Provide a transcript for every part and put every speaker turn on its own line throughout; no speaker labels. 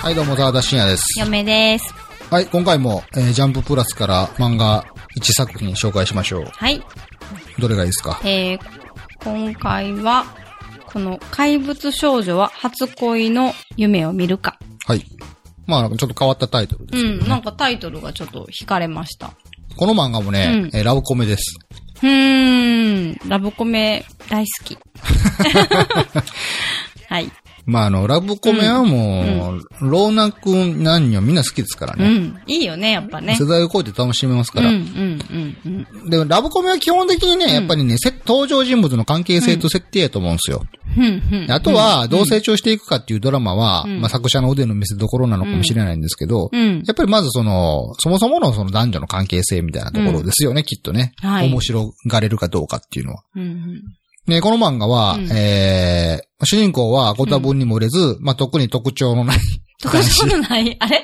はい、どうも、沢田信也です。
嫁です。
はい、今回も、えージャンププラスから漫画1作品紹介しましょう。
はい。
どれがいいですか
えー、今回は、この怪物少女は初恋の夢を見るか。
はい。まあ、ちょっと変わったタイトルで
う
す。
ん、なんかタイトルがちょっと惹かれました。
この漫画もね、えーラブコメです。
うーん、ラブコメ大好 き。はい。
まあ、あの、ラブコメはもう、ローナ君、何よ、みんな好きですから
う
ね。
ん、いいよね、やっぱね
世。代を超えて楽しめます
う
か
ん、う
ら。
ん、うん、うん。
でも、ラブコメは基本的にね、やっぱりね、せ登場人物の関係性と設定やと思うんですよ。
ふんふん。
あとは、どう成長していくかっていうドラマは、まあ、作者の腕の見せ所なのかもしれないんですけど、
うん。
やっぱりまずその、そもそものその男女の関係性みたいなところですよね、きっとね。
はい
面白がれるかどうかっていうのは。
うん、
ね、この漫画は、
うん
えー、主人公はご多分にも売れず、まあ、特に特徴のない。
特徴の ない、あれ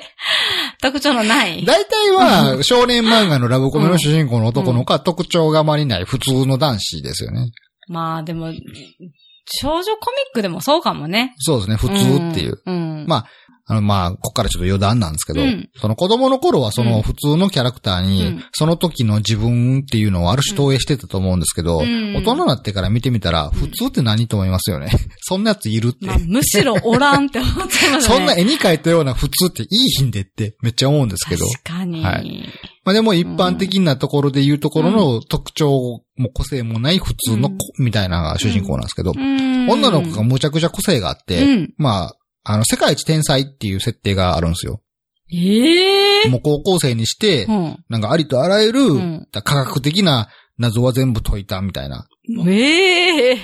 特徴のない。
大体 は、少年漫画のラブコメの主人公の男の子は特徴があまりない普通の男子ですよね。
まあでも、少女コミックでもそうかもね。
そうですね、普通っていう。
うん。うん
まあの、まあ、こっからちょっと余談なんですけど、
うん
その子供の頃はその普通のキャラクターに、
うん
その時の自分っていうのをある種投影してたと思うんですけど、
うん
大人になってから見てみたら、普通って何と思います よね。そんなやついるって。
まあ、むしろおらんって思っちゃいますね。
そんな絵に描いたような普通っていいひんでってめっちゃ思うんですけど。
確かに。
はいまあでも一般的なところで言うところの特徴も個性もない普通の子みたいなのが主人公なんですけど、
うん
女の子がむちゃくちゃ個性があって、
うん
まあ、あの世界一天才っていう設定があるんですよ。
ええ
もう高校生にして、なんかありとあらゆる、
うん
科学的な謎は全部解いたみたいな。
うん。ええ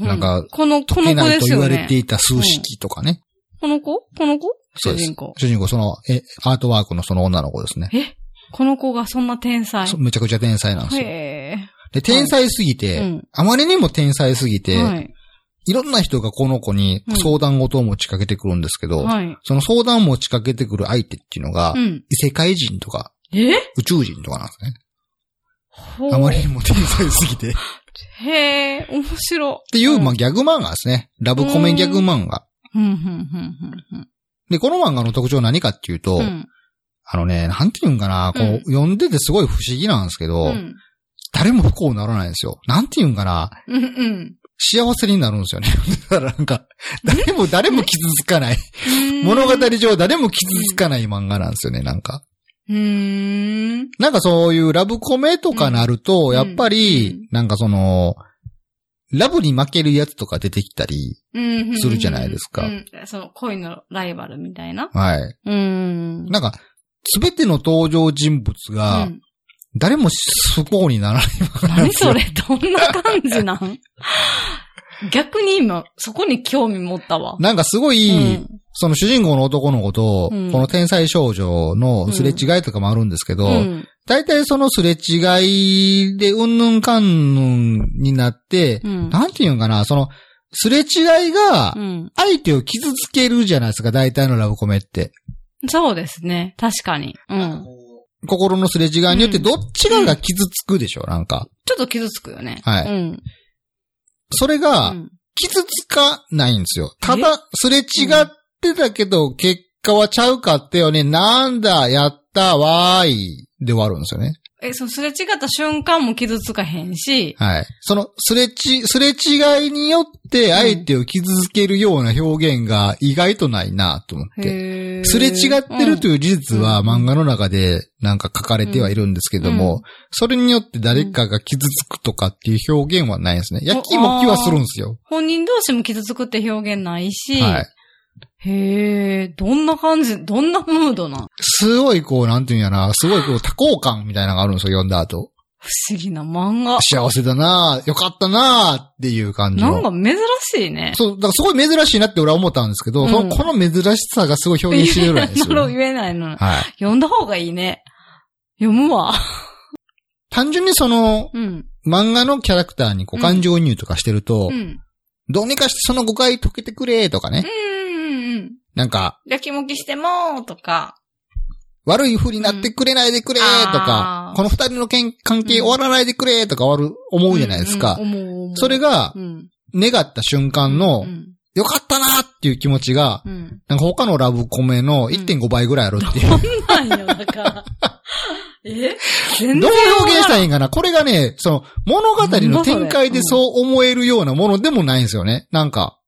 う
なんか
この、こ
解け
の子
ない
で
と
す
言
よ
われ
ね
て。いた数式とかね。
この子この子
そう
主
です
人公。
主人公、その、え、アートワークのその女の子ですね。
えこの子がそんな天才。
そめちゃくちゃ天才なんですよ。
へ
で、天才すぎて、
うん
あまりにも天才すぎ
え。
て、、
はいい。
ろんな人がこの子に
うん
相談事を持ちかけてくるんですけど、
はい。
その相談を持ちかけてくる相手っていうのが、
うん。
異世界人とか
え
宇宙人とかなんですね。
ほう
あまりにも天才すぎて。っ
へえ、面白。
ていう、
うん
まあ、ギャグ漫画ですね。ラブコメギャグ漫画。
うん、うん、うん、うん
で、この漫画の特徴は何かっていうと、
うん。うん
あのね、なんて言うんかな、こう、
うん
読んでてすごい不思議なんですけど、
うん。
誰も不幸にならないんですよ。なんて言うんかな、
うん、うん。
幸せになるんですよね。 だからなんか、誰も、誰も傷つかない。
うん
物語上誰も傷つかない漫画なんですよね、なんか。
うーん。
なんかそういうラブコメとかなると、
ん
やっぱり、
うん
なんかその、ラブに負けるやつとか出てきたり、
うん
するじゃないですか
うんその恋のライバルみたいな。
はい。
うん。
なんか、すべての登場人物
う
が、
ん
誰も不幸にならない漫画なん
何
ですよ
それどんな感じなん逆に今、そこに興味持ったわ。
なんかすご
う
い、
ん
その主人公の男の子と、
うん
この天才少女のすれ違いとかもあるんですけど、
うん。
大体そのすれ違いでうんぬんかんぬんになって、
うん
なんていうんかな、その、すれ違いが
う、ん。
相手を傷つけるじゃないですか、大体のラブコメって。
そうですね。確かに。うん。
心のすれ違いによって
うん
どっちかが傷つくでしょ、なんか。
ちょっと傷つくよね。
はい
うん。
それ
う
が、
ん
傷つかないんですよ。ただ、すれ違ってたけど、結果はちゃうかってよね、なんだ、やった、わーい、で終わるんですよね。
え、そのすれ違った瞬間も傷つかへんし、
はい。その、すれち、すれ違いによって相手を傷つけるような表現が意外とないなと思って。
へー
すれ違ってるという事実は
うん
漫画の中でなんか書かれてはいるんですけども、
うん
それによって誰かが傷つくとかっていう表現はないんですね。焼きもきはするんですよ。
本人同士も傷つくって表現ないし、
はい。
へえ、どんな感じ、どんなムードなん
すごいこう、なんていうんやな、すごいこう多幸感みたいなのがあるんですよ、読んだ後。
不思議な漫画。
幸せだなよかったなっていう感じの。
なんか珍しいね。
そう、だからすごい珍しいなって俺は思ったんですけど、
うん
そのこの珍しさがすごい表現してるんです
それ
よ、
を言え ない
は
の。
い。
読んだ方がいいね。読むわ。
単純にその、
うん。
漫画のキャラクターにこう
うん
感情移入とかしてると、
うん。
どうにかしてその誤解解けてくれとかね、
うん。うん。
なんか、
やきもきしてもーとか。
悪い風になってくれないでくれとか
あ、ー
この二人のけん関係終わらないでくれとか終わる、思うじゃないですか。
うんうん思う思う。
それ
が、
が
う、ん。
願った瞬間の
うん
よかったなっていう気持ちが、
うん。
なんか他のラブコメの1.5倍ぐらいあるっていう。
そんなんよ、だ から。え 全
ど
然
う
わ
表現し
からん
たらいいんかなこれがね、その物語の展開でそう思えるようなものでもないんですよね。なんか、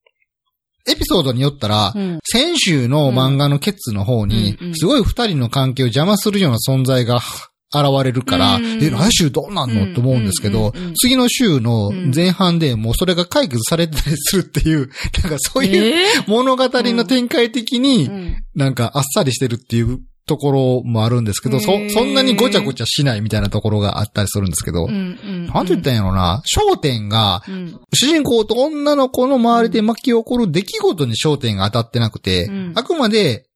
エピソードによったら、
うん。
先週の漫画のケツの方に
うんう、ん
すごい二人の関係を邪魔するような存在が 現れるから、
うん
え、来週どうなん
う
の
ん
と思うんですけど
うんうんうん、
次の週の前半でもうそれが解決されてたりするっていう、なんかそういう
え
物語の展開的
ーう
に
ん
なんかあっさりしてるっていうところもあるんですけど、そ
へ、ー
そんなにごちゃごちゃしないみたいなところがあったりするんですけど
う、んうん。
なんて言ったんやろな、焦点が
うん。
主人公と女の子の周りで巻き起こる出来事に焦点が当たってなくて、
うん
あくまで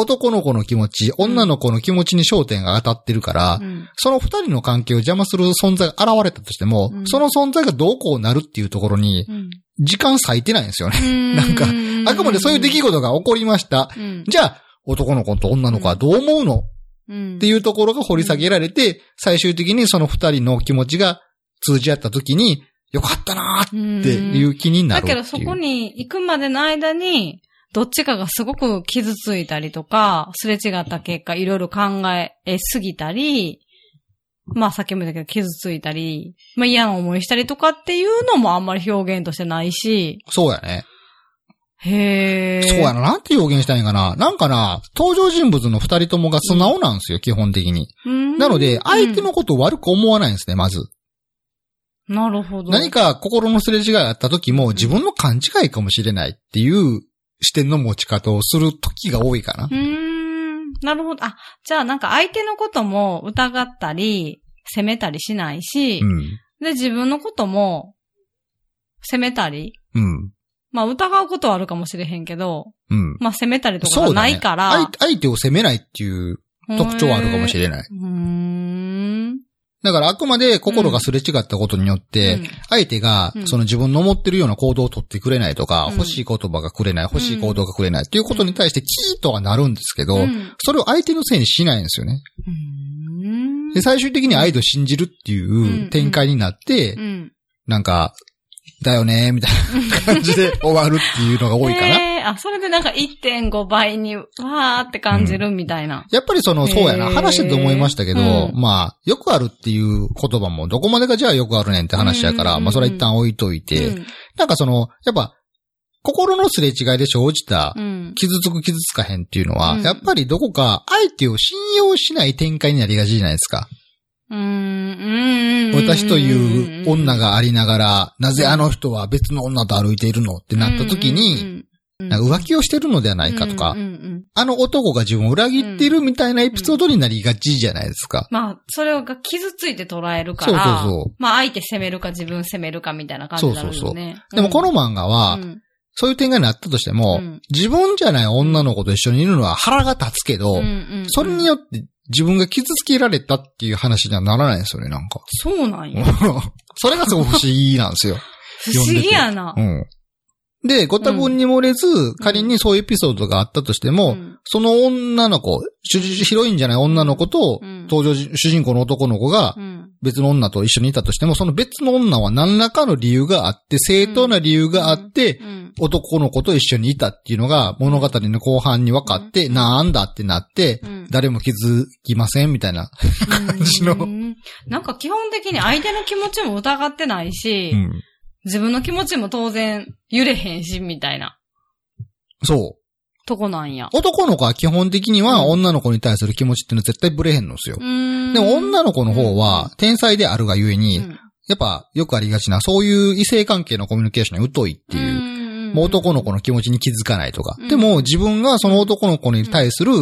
男の子の気持ち、女の子の気持ちに焦点が当たってるから、
うん
その二人の関係を邪魔する存在が現れたとしても、
うん
その存在がどうこうなるっていうところに
うん。
時間割いてないんですよね。
なん
か、あくまでそういう出来事が起こりました。
うん、
じゃあ、男の子と女の子はどう思うの
っ
って
う
いうところが掘り下げられて、最終的にその二人の気持ちが通じ合った時に、よかったなーっ
ん
ていうう気に
ん
な
だ
るってい
け
う。
どそこに行くまでの間に、どっちかがすごく傷ついたりとか、すれ違った結果、いろいろ考えすぎたり、まあさっきも言ったけど、傷ついたり、まあ嫌な思いしたりとかっていうのもあんまり表現としてないし、
そうやね。
へえ。
そうやな。なんて表現したいんかな。なんかな、登場人物の二人ともが素直なんですよ、基本的に。
うん
なので、相手のことを悪く思わないんですね、まず。
うんなるほど。
何か心のすれ違いがあった時も、自分の勘違いかもしれないっていう視点の持ち方をする時が多いかな
う。ーん、なるほど。あ、じゃあなんか相手のことも疑ったり、責めたりしないし、
うん。
で、自分のことも、責めたり、
うん。
まあ疑うことはあるかもしれへんけど、
うん。
まあ責めたりとか
そ
が
うだ
な
ね
いから、
相相手を責めないっていう特徴はあるかもし
ない。
れない。
うーん。
だからあくまで心がすれ違ったことによって、
うん
相手が
うん
その自分の思ってるような行動を取ってくれないとか、
うん
欲しい言葉がくれない、欲しい行動がくれないっていうことに対してキーとはなるんですけど、
うん
それを相手のせいにしないんですよね。
うーん
で、最終的にアイドを信じるっていう展開になって、
うん。
なんか、だよねーみたいな感じで終わるっていうのが多いかな。
へーあ、それでなんか1.5倍に、わーって感じるみたいな。
やっぱりその、そうやな、
へー
話してて思いましたけど、
うん
まあ、よくあるっていう言葉も、どこまでがじゃあよくあるねんって話やから、
うんうんうんうん
まあそれは一旦置いといて、
うん
なんかその、やっぱ、心のすれ違いで生じた
う、ん。
傷つく傷つかへんっていうのは、
うん
やっぱりどこか相手を信用しない展開になりがちじゃないですか。
うーん。
私という女
が
がありながら、なぜあの人は別の女と歩いているのってなった時に、、なんか浮気をしてるのではないかとか
うん、うんうん
あの男が自分を裏切ってるみたいなエピソードになりがちじゃないですか。
まあ、それが傷ついて捉えるから、
そうそうそう
まあ、相手責めるか自分責めるかみたいな感じになるよね。
そうそうでもこの漫画
うん、
は
う、ん
そういう展開になったとして
う
も
ん、
自分じゃない女の子と一緒にいるのは腹が立つけど
うん、うん
それによって自分が傷つけられたっていう話にはならないんですよね、なんか。
そうなんよ。
それがすごく不思議なんですよ。
不思議やな
う。ん。で、ご多分に漏れず、仮にそういうエピソードがあったとしても、
うん
その女の子、主人ヒロインじゃない女の子と、
うん
登場人主人公の男の子が
うん
別の女と一緒にいたとしても、その別の女は何らかの理由があって、正当な理由があって、
うん
男の子と一緒にいたっていうのが物語の後半に分かって、
うん
なんだってなって、
うん
誰も気づきませんみたいな。
感
じの
なんか基本的に相手の気持ちも疑ってないし、
うん
自分の気持ちも当然揺れへんし、みたいな
そ
とこなんや。
う。男の子は基本的には
うん
女の子に対する気持ちっていうのは絶対ブレへんのですよ。
で
でも女の子の方は天才であるがゆえに、
うん
やっぱよくありがちな、そういう異性関係のコミュニケーションに疎いっていう。
うん
もう男の子の気持ちに気づかないとか。
うん
でも自分がその男の子に対する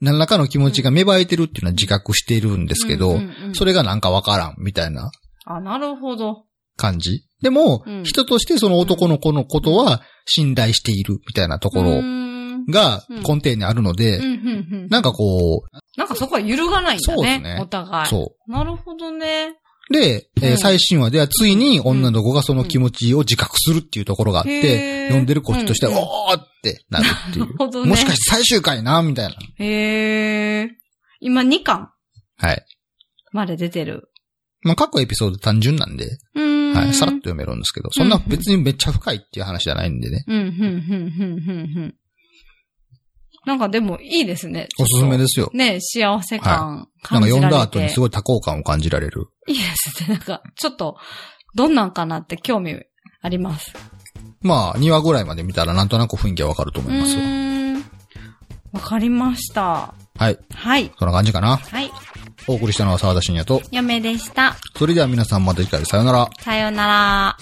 何らかの気持ちが芽生えてるっていうのは自覚しているんですけ
うん
ど
う、んうん
それがなんかわからんみたいな
あ、なるほど。
感じ。でも
う、ん
人としてその男の子のことは信頼しているみたいなとこ
う
ろ
ーん
が
う
根
ん
底にあるの
うんう
で、
んうん
なんかこう、
なんかそこは揺るがないんだ
そうで
ね。
すね
お互い。
そ
なるほどね。
う。で、えー
うん
最新話ではついに女の子がその気持ちを自覚するっていうところがあっ
へ
て、
ー
読んでるこっちとしては、
うん
おーってなるってい
なる
う。
ほどね。
もしかして最終回な、みたいな。
へえ。今2巻
はい。
まで出てる
まあ、各エピソード単純なんで、
うーん。
はい、さらっと読めるんですけど、そんな別にめっちゃ深いっていう話じゃないんでね。
うん、うん、うん、うん、うん、うん。なんかでもいいですね。
おすすめですよ。
ね、幸せ感
なん
感
か
じら
読
れて、
んだ後にすごい多幸感を感じられる。
いいですね。なんか、ちょっと、どんなんかなって興味あります。
まあ、2話ぐらいまで見たらなんとなく雰囲気はわかると思
う
いますよ。
ーん。わかりました。
はい。
はい。
そんな感じかな。
はい。
お送りしたのは沢田信也と、
嫁でした。
それでは皆さんまた次回さよなら。
さようなら。